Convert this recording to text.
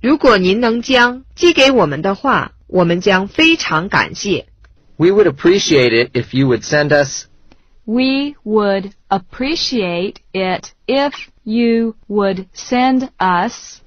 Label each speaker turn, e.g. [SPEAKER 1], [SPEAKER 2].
[SPEAKER 1] 如果您能将寄给我们的话，我们将非常感谢。
[SPEAKER 2] We would appreciate it if you would send us
[SPEAKER 3] We would appreciate it if you would send us